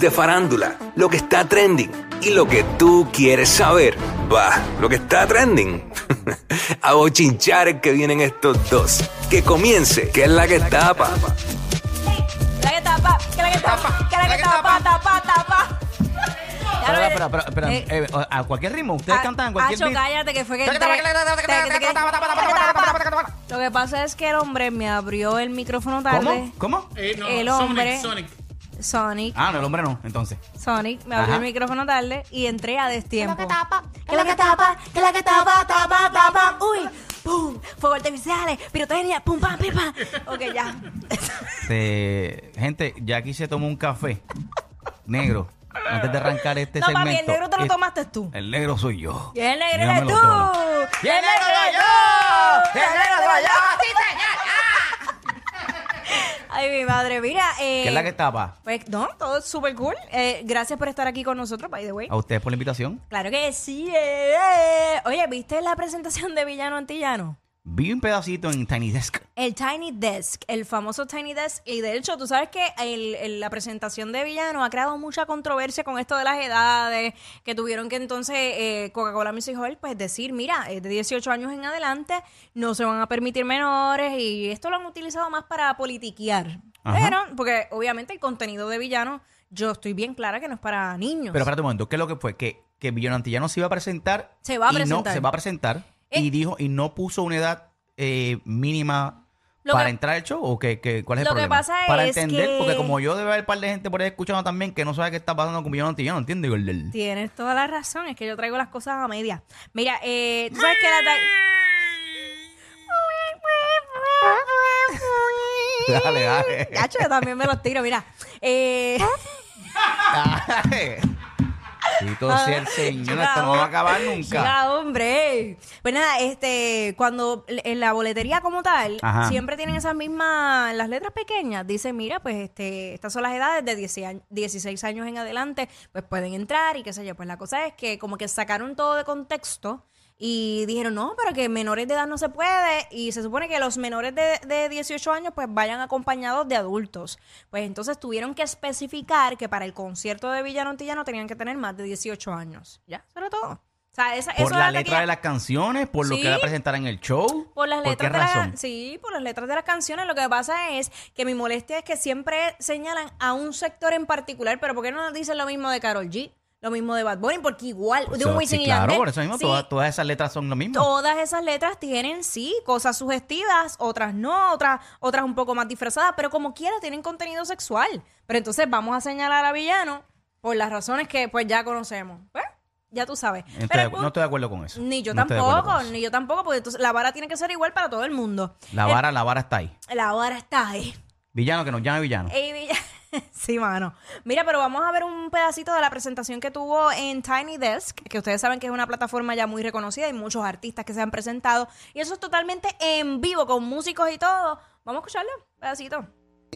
de farándula, lo que está trending y lo que tú quieres saber. Va, lo que está trending. A bochinchar que vienen estos dos. Que comience, que es la que tapa. La que tapa, que la que tapa, que la que tapa, tapa, tapa. Ya Pero, lo pero, pero, pero, Eh, eh, a cualquier ritmo, ustedes Ah, cantan cualquier Acho, beat. cállate, que fue que Tapa, entré. tapa, tapa, tapa, Te- te- tapa, tapa, tapa, te- tapa, tapa. tapa, tapa. Lo que pasa es que el hombre me abrió el micrófono tarde. ¿Cómo? ¿Cómo? Eh, no, El Sonic, hombre. Sonic. Sonic, Ah, no, el hombre no, entonces. Sonic, me abrió el Ajá. micrófono tarde y entré a destiempo. que la que tapa, que la que tapa, tapa, tapa. Uy, pum, Fuegos artificiales, pirotecnia, pum, pam, pim, pam. Ok, ya. Este, gente, Jackie se tomó un café negro antes de arrancar este No, segmento. papi, el negro te lo Es- tomaste tú. El negro soy yo. Y el negro Yo me eres lo tú. tomo. Y el negro eres tú. Ay, mi madre, mira. Eh, ¿Qué es la que tapa? Pues, no, todo súper cool. Eh, gracias por estar aquí con nosotros, by the way. A ustedes por la invitación. Claro que sí. eh. Oye, ¿viste la presentación de Villano Antillano? Vi un pedacito en Tiny Desk. El Tiny Desk, el famoso Tiny Desk. Y de hecho, tú sabes que el- el- la presentación de Villano ha creado mucha controversia con esto de las edades, que tuvieron que entonces eh, Coca-Cola Music Hall, pues decir, mira, eh, de 18 años en adelante no se van a permitir menores y esto lo han utilizado más para politiquear. Ajá. Pero, porque obviamente el contenido de Villano, yo estoy bien clara que no es para niños. Pero espérate un momento, ¿qué es lo que fue? Que, que Villano Antillano se iba a presentar. Se va a y no- presentar. se va a presentar. Eh. Y dijo, y no puso una edad eh, mínima Lo para que- entrar al show. ¿O que, cuál es Lo el que problema? pasa para es entender, que- porque como yo debe haber un par de gente por ahí escuchando también que no sabe qué está pasando con Villano Antillano, ¿entiendes? Digo, el- el- Tienes toda la razón, es que yo traigo las cosas a media. Mira, eh, tú sabes que la ta- Dale, dale. Gacho, yo también me los tiro, mira. Eh, Dale. Bendito Ah, sea el Señor, esto no va a acabar nunca. ya, hombre. Pues nada, este, cuando l- en la boletería como tal, Ajá. siempre tienen esas mismas, las letras pequeñas, dicen, mira, pues este, estas son las edades de 10 años- 16 años en adelante, pues pueden entrar y qué sé yo. Pues la cosa es que como que sacaron todo de contexto. Y dijeron, no, pero que menores de edad no se puede. Y se supone que los menores de, de 18 años pues vayan acompañados de adultos. Pues entonces tuvieron que especificar que para el concierto de Villano Antillano tenían que tener más de 18 años. Ya, eso era todo. O sea, esa, Por eso la era letra de taquilla- las canciones, por lo Sí. que la presentarán en el show. por las letras qué de las- razón? sí, por las letras de las canciones. Lo que pasa es que mi molestia es que siempre señalan a un sector en particular, pero ¿por qué no dicen lo mismo de Carol G? Lo mismo de Bad Bunny, porque igual, Por de eso- un Wisin sí, y Claro, Yandel. por eso mismo, Sí, todas, todas esas letras son lo mismo. Todas esas letras tienen, sí, cosas sugestivas, otras no, otras, otras un poco más disfrazadas, pero como quiera tienen contenido sexual. Pero entonces vamos a señalar a Villano por las razones que pues ya conocemos. Pues, ya tú sabes. Estoy Pero de el acu- no punto- estoy de acuerdo con eso. Ni yo No estoy de acuerdo tampoco, con eso. ni yo tampoco, porque entonces la vara tiene que ser igual para todo el mundo. La vara, la vara está ahí. La vara está ahí. Villano, que nos llame villano. Ey, Villa- sí, mano. Mira, pero vamos a ver un pedacito de la presentación que tuvo en Tiny Desk, que ustedes saben que es una plataforma ya muy reconocida y muchos artistas que se han presentado. Y eso es totalmente en vivo, con músicos y todo. Vamos a escucharlo, pedacito.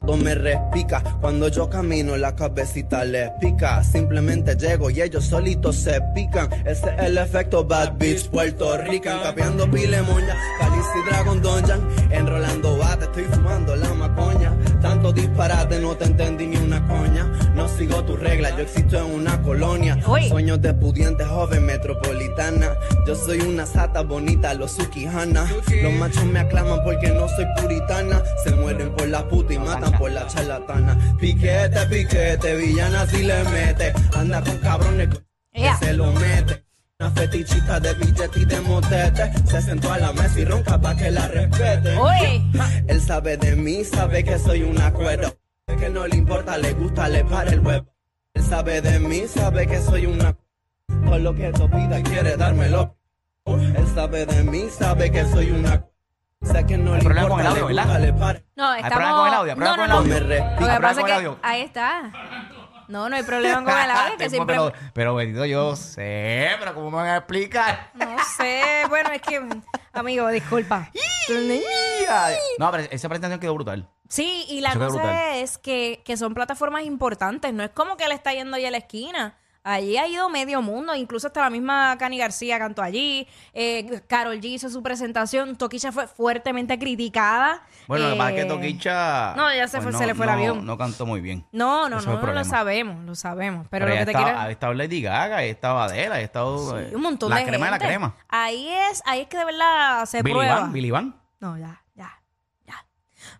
Todo me respica cuando yo camino la cabecita les pica simplemente llego y ellos solitos se pican ese es el efecto bad bitch Puerto Rican capeando pile moña Calici Dragon Donjan enrolando bate estoy fumando la macoña tanto disparate no te entendí ni una coña no sigo tus reglas yo existo en una colonia Uy. sueños de pudiente joven metropolitana yo soy una sata bonita los sukihana los machos me aclaman porque no soy puritana se mueren por la puta y matan por la charlatana. Piquete, piquete, villana si le mete. Anda con cabrones que Ea. se lo mete. Una fetichita de billete y de motete. Se sentó a la mesa y ronca pa' que la respete. Oye, Él sabe de mí, sabe que soy una cuero. Que no le importa, le gusta, le para el huevo. Él sabe de mí, sabe que soy una cuero. Por lo que tú pidas, quiere dármelo. Él sabe de mí, sabe que soy una cuero. Sé que no le Hay problema con importa, el le audio, gusta, ¿verdad? le para no, Hay estamos... problema con el audio, hay no, problema con no, el no. audio. Lo Me respira. que Hay problema pasa es con que el audio. ahí está. No, no hay problema con el audio, que Tengo- siempre... pero, pero bendito, yo sé, pero ¿cómo me van a explicar? No sé, bueno, es que... Amigo, disculpa. No, pero esa presentación quedó brutal. Sí, y la Eso queda cosa brutal. es que, que son plataformas importantes, no es como que le está yendo ya a la esquina. Allí ha ido medio mundo, incluso hasta la misma Cani García cantó allí. Eh, Carol G hizo su presentación. Toquicha fue fuertemente criticada. Bueno, lo que pasa es Eh, que Toquicha. No, ya se pues fue, se le fue el no- avión. No cantó muy bien. No, no, Ese no, no, fue el lo problema. sabemos, lo sabemos. Pero, lo ahí que te estaba- quiero. ahí estaba Lady Gaga, ahí estaba Adele, ahí estaba. Sí, eh, un montón la de gente. crema de la crema. Ahí es, ahí es que de verdad se Billy prueba. Van, Billy Van. No, ya, ya, ya.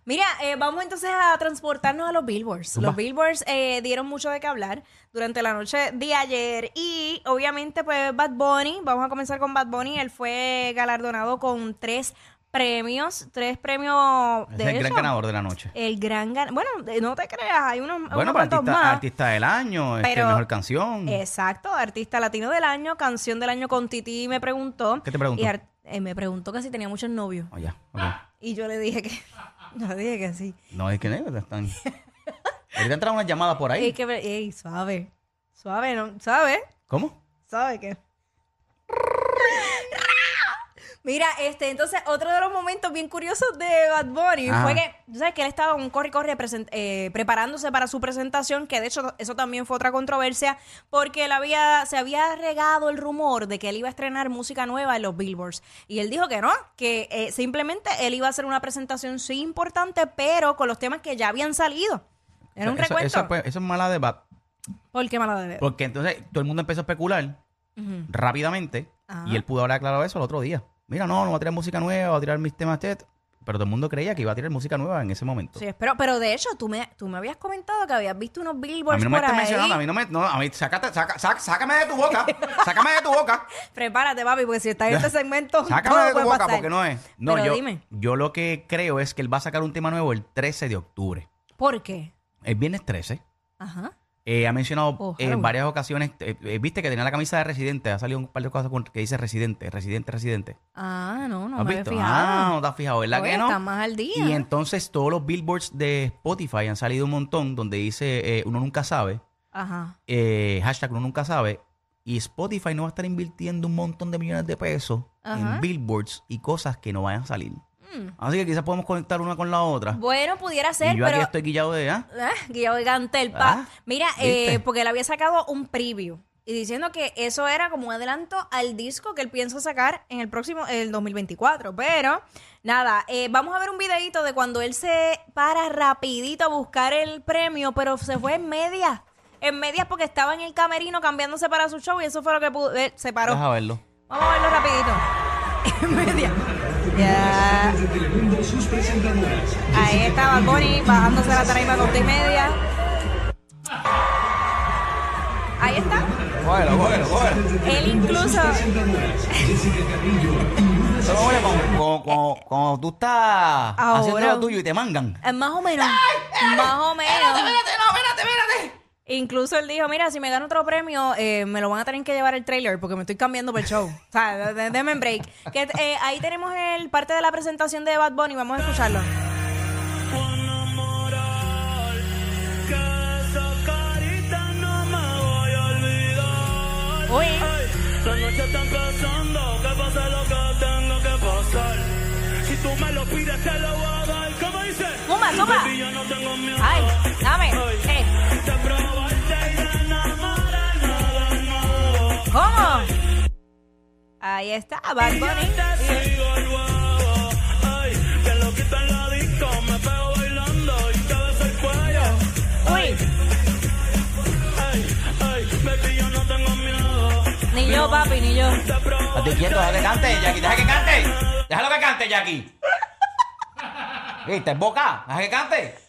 Mira, eh, vamos entonces a transportarnos a los Billboards. Zumba. Los Billboards eh, dieron mucho de qué hablar durante la noche de ayer y obviamente pues Bad Bunny, vamos a comenzar con Bad Bunny, él fue galardonado con tres premios, tres premios Ese de es el gran hecho, ganador de la noche. El gran gan- bueno, eh, no te creas, hay unos, bueno, unos para cuantos artista, pues, más. artista del año, este, Pero- mejor canción. Exacto, artista latino del año, canción del año con Titi me preguntó. ¿Qué te preguntó? Y ar- eh, me preguntó que si tenía muchos novios. Oh, ya, ok. Y yo le dije que. Yo le dije que sí. No, es que negro están. Ahorita entra una llamada por ahí. Ey, que, ey, suave. Suave, ¿no? ¿Sabe? ¿Cómo? ¿Sabe qué? Mira, este, entonces, otro de los momentos bien curiosos de Bad Bunny Ajá. fue que, tú sabes que él estaba un corre y corre presen- eh, preparándose para su presentación, que de hecho eso también fue otra controversia, porque él había, se había regado el rumor de que él iba a estrenar música nueva en los Billboards. Y él dijo que no, que eh, simplemente él iba a hacer una presentación sí importante, pero con los temas que ya habían salido. Era un Eso- recuento. Eso, pues, eso es mala de Bad. ¿Por qué mala de ver? Porque entonces todo el mundo empezó a especular Ujú. rápidamente Ajá. y él pudo haber aclarado eso el otro día. Mira, no, no va a tirar música nueva, va a tirar mis temas, tet. pero todo el mundo creía que iba a tirar música nueva en ese momento. Sí, espero, pero de hecho, tú me, tú me habías comentado que habías visto unos A billboards mí no me pues por estás ahí. mencionando, a mí no me. No, a mí, sácate, saca, saca- sácame de tu boca, sácame de tu boca. Prepárate, papi, porque si está en este segmento, Sácame de todo tu puede boca pasar. porque no es. No, Pero yo, dime. yo lo que creo es que él va a sacar un tema nuevo el 13 de octubre. ¿Por qué? El viernes 13. Ajá. Eh, ha mencionado Oh, eh, Halloween. en varias ocasiones, eh, eh, viste que tenía la camisa de residente, ha salido un par de cosas con- que dice residente, residente, residente. Ah, no, no ¿Has me visto? había Ah, fijado. no te has fijado, ¿verdad Oye, que no? Está más al día. Y entonces todos los billboards de Spotify han salido un montón donde dice eh, uno nunca sabe, Ajá. eh, hashtag uno nunca sabe, y Spotify no va a estar invirtiendo un montón de millones de pesos Ajá. en billboards y cosas que no vayan a salir. Mm. Así que quizás podemos conectar una con la otra. Bueno, pudiera ser, y yo pero. aquí estoy guillado de... ¿ah? Ah, Guillao de Gantel, pa. Ah, Mira, ¿viste? eh, porque él había sacado un preview y diciendo que eso era como un adelanto al disco que él piensa sacar en el próximo, el 2024. Pero, nada, eh, vamos a ver un videito de cuando él se para rapidito a buscar el premio, pero se fue en media. En medias porque estaba en el camerino cambiándose para su show y eso fue lo que pudo, él se paró. Deja verlo. Vamos a verlo rapidito. En media. Ya. Ahí está Bad Bunny bajándose la tarima corta y media. Ahí está. Bueno, bueno, bueno. Él incluso. Pero, hombre, cuando, cuando- cuando- cuando tú estás Ahora. haciendo lo tuyo y te mangan. eh, Más o menos. Más o menos. Incluso él dijo, mira, si me gano otro premio, eh, me lo van a tener que llevar el trailer porque me estoy cambiando por el show. o sea, de- de- denme un break. Que, eh, ahí tenemos el parte de la presentación de Bad Bunny. Vamos a escucharlo. Uy. La noche está empezando, que pase lo que tengo que pasar. Si tú me lo pides, te lo voy a dar. ¿Cómo dice? Zumba, zumba. Y yo no tengo miedo Ay, dame. Eh, de probarte y de enamorarme de nuevo. ¿Cómo? Ahí está, Bad Bunny. Te sigo el huevo, ay, que lo quitan la disco. Me pego bailando y te beso el cuello. Uy, Ay, ay, baby, yo no tengo miedo. ni yo, papi, ni yo. Estoy quieto, deja que cante, Jackie, deja que cante. Déjalo que cante, Jackie. Ey, te boca, deja que cante.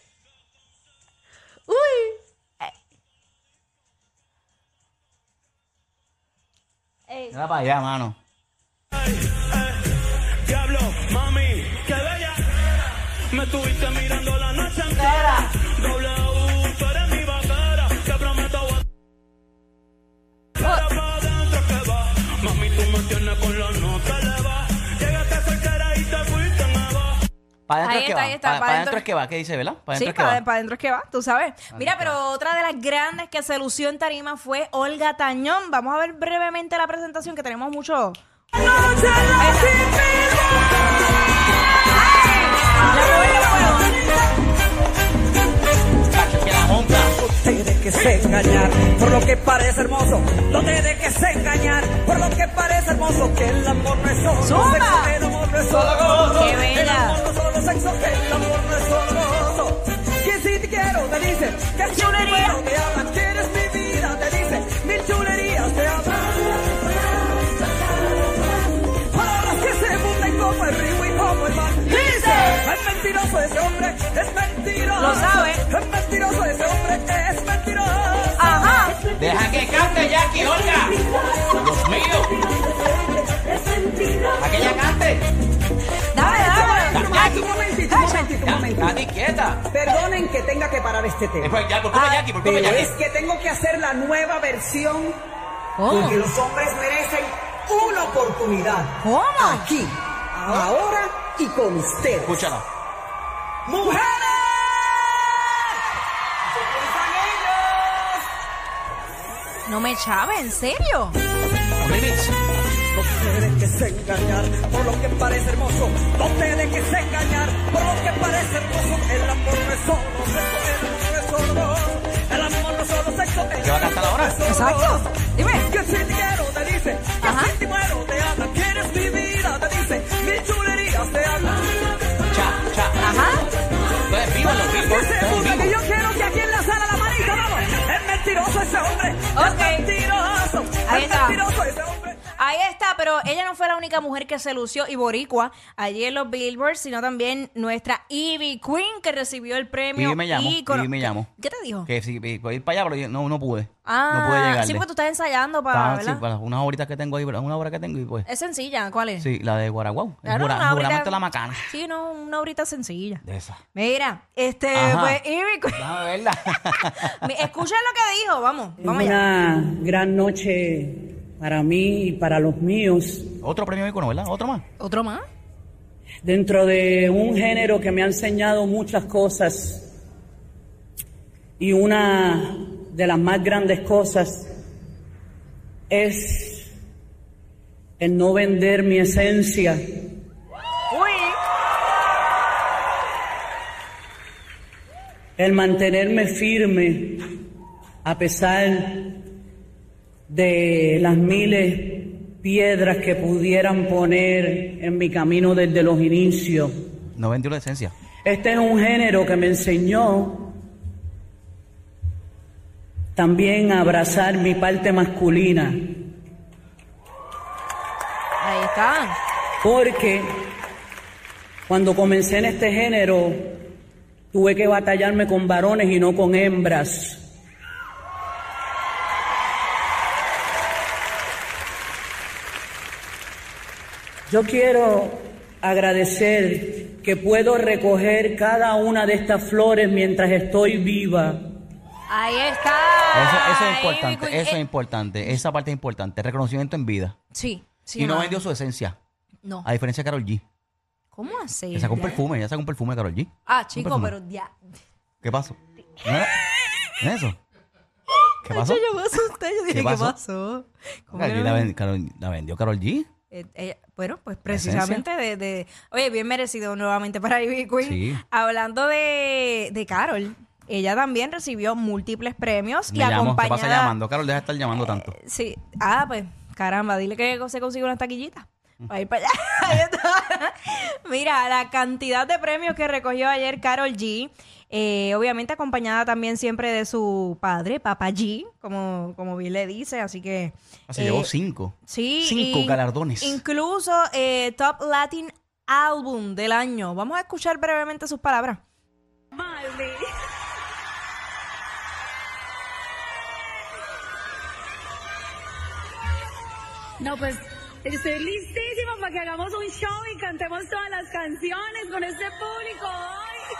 Uy. Ey. Mira para allá, mano. Diablo, mami, qué bella. Me estuviste mirando la noche entera. Doble U, tú eres mi vaquera. Te prometo aguantar pa' dentro que va. Mami, tú me tienes con la nota elevada. Llegaste soltera y te fuiste me va. Para adentro Ahí es que está, va. ahí está, pa' para, para dentro. adentro es que va, ¿qué dice, verdad? Para Sí, adentro para es que va. adentro es que va, tú sabes. Mira, pero otra de las grandes que se lució en tarima fue Olga Tañón. Vamos a ver brevemente la presentación que tenemos mucho. Ahí está. Ay, la mujer lo puedo. Cacho, que la monta. Te te dejes engañar por lo que parece hermoso, no te dejes engañar por lo que parece hermoso, que el amor no es solo ¡Zumba! sexo, que el amor no es solo gozo, ¡Qué el bella! amor no es solo sexo, que el amor no es solo gozo. Que si te quiero, te dicen, que si te Chulería. quiero, te hablan, que eres mi vida, te dicen, mil chulerías, te hablan. Palabras que se mutan como el río y como el mar. Dice, es mentiroso ese hombre, es mentiroso. Lo sabe. Es mentiroso ese hombre, es mentiroso. Ajá. Deja que cante Jackie, Olga. Dios mío. Deja que ella cante. Dame, dame. Ay, Un momentito, un momentito, un Ya, momentito. Nadie quieta. Perdonen que tenga que parar este Eh, tema. pues, ya, por culpa Ah, de Jackie, por culpa de Pero Jackie. es que tengo que hacer la nueva versión ¿Cómo? porque los hombres merecen una oportunidad. ¿Cómo? Aquí, ahora y con ustedes. Escúchala. ¡Mujeres! ¡Se piensan ellos! No me echaba, ¿en serio? Un remix. No te dejes engañar por lo que parece hermoso. No te dejes engañar por lo que parece hermoso. El amor no es solo sexo, el amor no es solo gozo. El amor no es solo sexo. el ¿Qué va a amor cantar ahora? no es solo Exacto. gozo. Dime. Que si te quiero te dice, que Ajá. si te muero te habla, que eres mi vida te dice, mil chulerías te habla. Cha, cha. Ajá. Esto es en vivo en los Que Billboard. se Esto es junta, en que vivo. yo quiero que aquí en la sala la manita, vamos. Es mentiroso ese hombre, Ok. es mentiroso, Ahí es está. mentiroso ese hombre. Ahí está, pero ella no fue la única mujer que se lució y boricua allí en los Billboards, sino también nuestra Ivy Queen que recibió el premio. Ivy me llamó, ícono. Ivy me llamó. ¿Qué te dijo? Que sí, que puedo ir para allá, pero yo no, no pude. Ah, no pude llegar. sí, porque tú estás ensayando para, Estaba, sí, ¿verdad? para unas horitas que tengo ahí, para una hora que tengo y pues. Es sencilla, ¿cuál es? Sí, la de Guaraguau. El Claro, jura- una horita- juramento de la macana. Sí, no, una horita sencilla. De esa. Mira, este, Ajá. pues Ivy Queen. Déjame verla. Mi- Escuchen lo que dijo, vamos, vamos allá. Una gran noche para mí y para los míos, Otro premio ícono, ¿verdad? Otro más. ¿Otro más? dentro de un género que me ha enseñado muchas cosas. Y una de las más grandes cosas es el no vender mi esencia, Uy, el mantenerme firme a pesar de las miles piedras que pudieran poner en mi camino desde los inicios. 91 de esencia. Este es un género que me enseñó también a abrazar mi parte masculina, ahí está. porque cuando comencé en este género tuve que batallarme con varones y no con hembras. Yo quiero agradecer que puedo recoger cada una de estas flores mientras estoy viva. Ahí Eso, está. eso es Ivy Queen. importante, eso Eh, es importante. Esa parte es importante. Reconocimiento en vida. Sí, sí. y no ma. vendió su esencia. No. A diferencia de Carol G. ¿Cómo así? Ella sacó un perfume, ella sacó un perfume de Carol G. Ah, Un chico, perfume. pero ya. ¿Qué pasó? ¿No era- ¿No es eso? ¿Qué pasó? Yo, yo me asusté, yo dije, ¿qué pasó? pasó? ¿Cómo Carol que G no la, me- ven- Karol- la vendió Carol G. Eh, ella- bueno, pues esencia. precisamente de, de- Oye, bien merecido nuevamente para Ivy Queen. Sí. Hablando de, de Carol, ella también recibió múltiples premios Me y llamó. ¿Qué pasa acompañada... eh, llamando? Carol, deja de estar llamando tanto. Sí. Ah, pues, caramba, dile que se consigue una taquillita. Para ir para allá. Ahí está. Mira, la cantidad de premios que recogió ayer Carol G. eh, obviamente acompañada también siempre de su padre, Papá G, como, como bien le dice. Así que. Se eh, llevó cinco. Sí. Cinco in- galardones. Incluso eh, Top Latin Album del año. Vamos a escuchar brevemente sus palabras. No, pues estoy listísima para que hagamos un show y cantemos todas las canciones con este público hoy.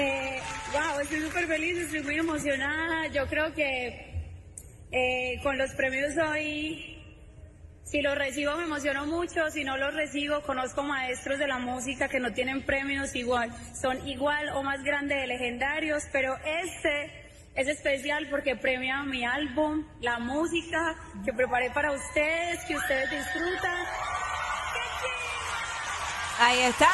Eh, wow, estoy súper feliz, estoy muy emocionada. Yo creo que eh, con los premios hoy, si los recibo me emociono mucho, si no los recibo conozco maestros de la música que no tienen premios igual, son igual o más grandes de legendarios, pero este es especial porque premia mi álbum, la música que preparé para ustedes, que ustedes disfrutan. ¡Qué chido! Ahí está.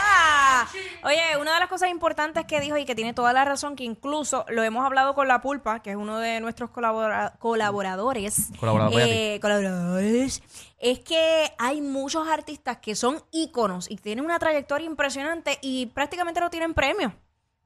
Oye, una de las cosas importantes que dijo y que tiene toda la razón, que incluso lo hemos hablado con La Pulpa, que es uno de nuestros colabora- colaboradores. Colaborador, voy a ti. eh, colaboradores. Es que hay muchos artistas que son íconos y tienen una trayectoria impresionante y prácticamente no tienen premios.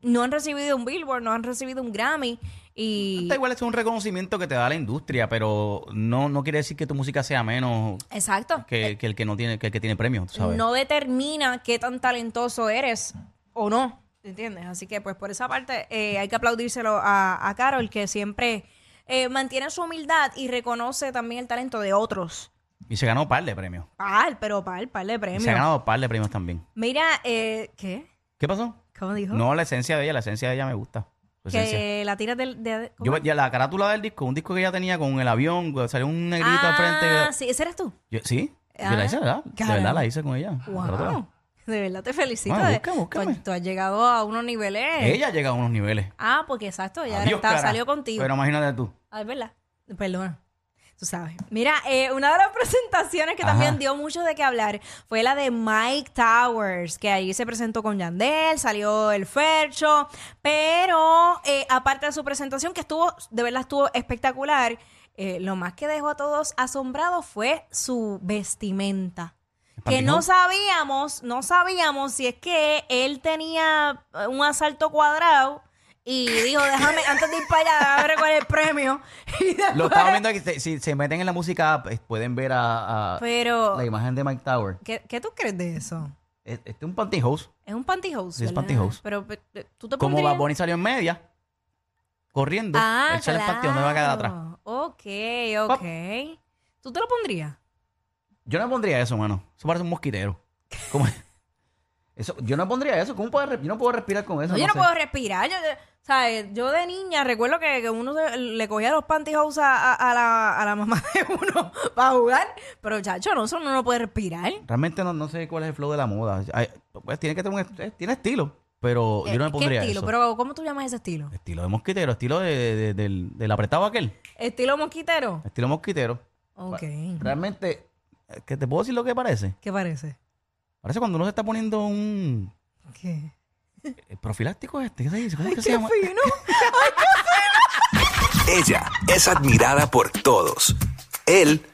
No han recibido un Billboard, no han recibido un Grammy. Y. Está igual este es un reconocimiento que te da la industria, pero no, no quiere decir que tu música sea menos Exacto. que, que el que no tiene, que el que tiene premio, tú sabes. no determina qué tan talentoso eres o no. ¿Entiendes? Así que, pues, por esa parte, eh, hay que aplaudírselo a, a Carol, que siempre eh, mantiene su humildad y reconoce también el talento de otros. Y se ganó un par de premios. Pal, pero pal, pal de Y se ha premio. ganado un par de premios también. Mira, eh, ¿qué? ¿Qué pasó? ¿Cómo dijo? No, la esencia de ella, la esencia de ella me gusta. Su esencia. que la tiras del. De, ¿cómo Yo, es? ya la carátula del disco, un disco que ella tenía con el avión, salió un negrito al Ah, frente. sí, ese eres tú. Yo- sí, Ah, yo la hice, ¿verdad? De caramba. verdad la hice con ella. la carátula. Wow. De verdad te felicito. Ah, eh. busca, búscame. Tú, tú has llegado a unos niveles. Ella llega a unos niveles. Ah, porque exacto, ya Adiós, está, cara. salió contigo. Pero imagínate tú. Ah, es verdad. Perdona. Tú sabes. Mira, eh, una de las presentaciones que Ajá. también dio mucho de qué hablar fue la de Mike Towers, que ahí se presentó con Yandel, salió el Fercho, pero eh, aparte de su presentación, que estuvo, de verdad estuvo espectacular, eh, lo más que dejó a todos asombrados fue su vestimenta. Que no Pantyhose. sabíamos, no sabíamos si es que él tenía eh, un asalto cuadrado y dijo, déjame, antes de ir para allá, déjame ver cuál es el premio. Y después- Lo estaba viendo aquí. se- Si se meten en la música, pues, pueden ver a, a Pero, la imagen de Mike Tower. ¿qué, qué tú crees de eso? Es- Este es un pantyhose. Es un pantyhose. Sí, es ¿verdad? pantyhose. Pero, pe- pe- tú te Como pondrías- Bad Bunny salió en media, corriendo. Ah, él sale en pantyhose, no me va a quedar atrás. claro. Ok, ok. ¿Tú te lo pondrías? Yo no pondría eso, mano. Eso parece un mosquitero. ¿Cómo es? Eso, yo no pondría eso. ¿Cómo puedo, re- yo no puedo respirar con eso? No, yo no sé. puedo respirar. Yo, yo- ¿sabes? yo de niña recuerdo que, que uno se- le cogía los pantyhose a, a- a la, a la mamá de uno para jugar. Pero, chacho, no, eso uno no puede respirar. Realmente no, no sé cuál es el flow de la moda. Ay, pues tiene que tener un, est- tiene estilo, pero yo no me ¿Qué pondría estilo? eso. Pero, ¿cómo tú llamas ese estilo? Estilo de mosquitero, estilo de, de- del, del apretado aquel. ¿Estilo mosquitero? Estilo mosquitero. Ok. Realmente, eh, ¿qué te puedo decir lo que parece? ¿Qué parece? Parece cuando uno se está poniendo un ¿Qué? eh, profiláctico este. ¿Qué se dice? ¿Cómo es que se ¡Qué llama? fino! Ella es admirada por todos. Él,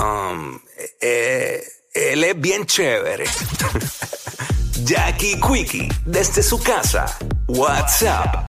um, eh, él es bien chévere. Jackie Quickie, desde su casa. WhatsApp.